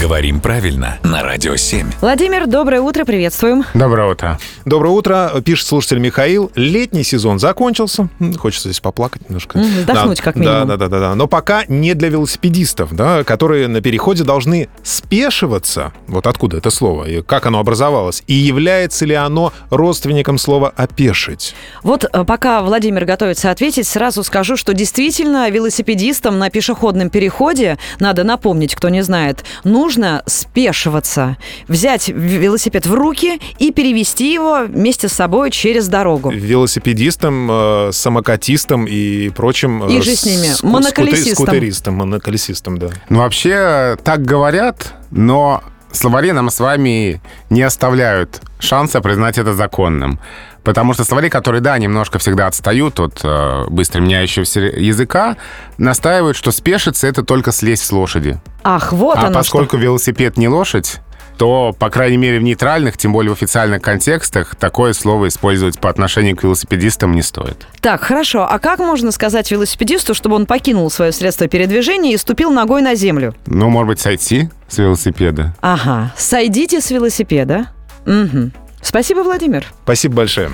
Говорим правильно на Радио 7. Владимир, доброе утро, приветствуем. Доброе утро. Доброе утро, пишет слушатель Михаил. Летний сезон закончился. М, Хочется здесь поплакать немножко. Мгм, вздохнуть, Да, как минимум. Да, да, да, да. Но пока не для велосипедистов, да, которые на переходе должны спешиваться. Вот откуда это слово? И как оно образовалось? И является ли оно родственником слова «опешить»? Вот э, пока Владимир готовится ответить, сразу скажу, что действительно велосипедистам на пешеходном переходе, надо напомнить, кто не знает, нужно спешиваться, взять в- велосипед в руки и перевести его вместе с собой через дорогу. Велосипедистам, э, самокатистам и прочим... э, И же с ними, ску- скутер- моноколесистам. Скутеристам, моноколесистам, да. Ну, вообще, э, так говорят, но словари нам с вами не оставляют шанса признать это законным. Потому что словари, которые, да, немножко всегда отстают от э, быстро меняющегося языка, настаивают, что спешиться — это только слезть с лошади. Ах, вот а оно поскольку велосипед не лошадь, то, по крайней мере, в нейтральных, тем более в официальных контекстах, такое слово использовать по отношению к велосипедистам не стоит. что. Так, хорошо. А как можно сказать велосипедисту, чтобы он покинул свое средство передвижения и ступил ногой на землю? Ну, может быть, сойти с велосипеда. Ага, сойдите с велосипеда. Мгм. Спасибо, Владимир. Спасибо большое.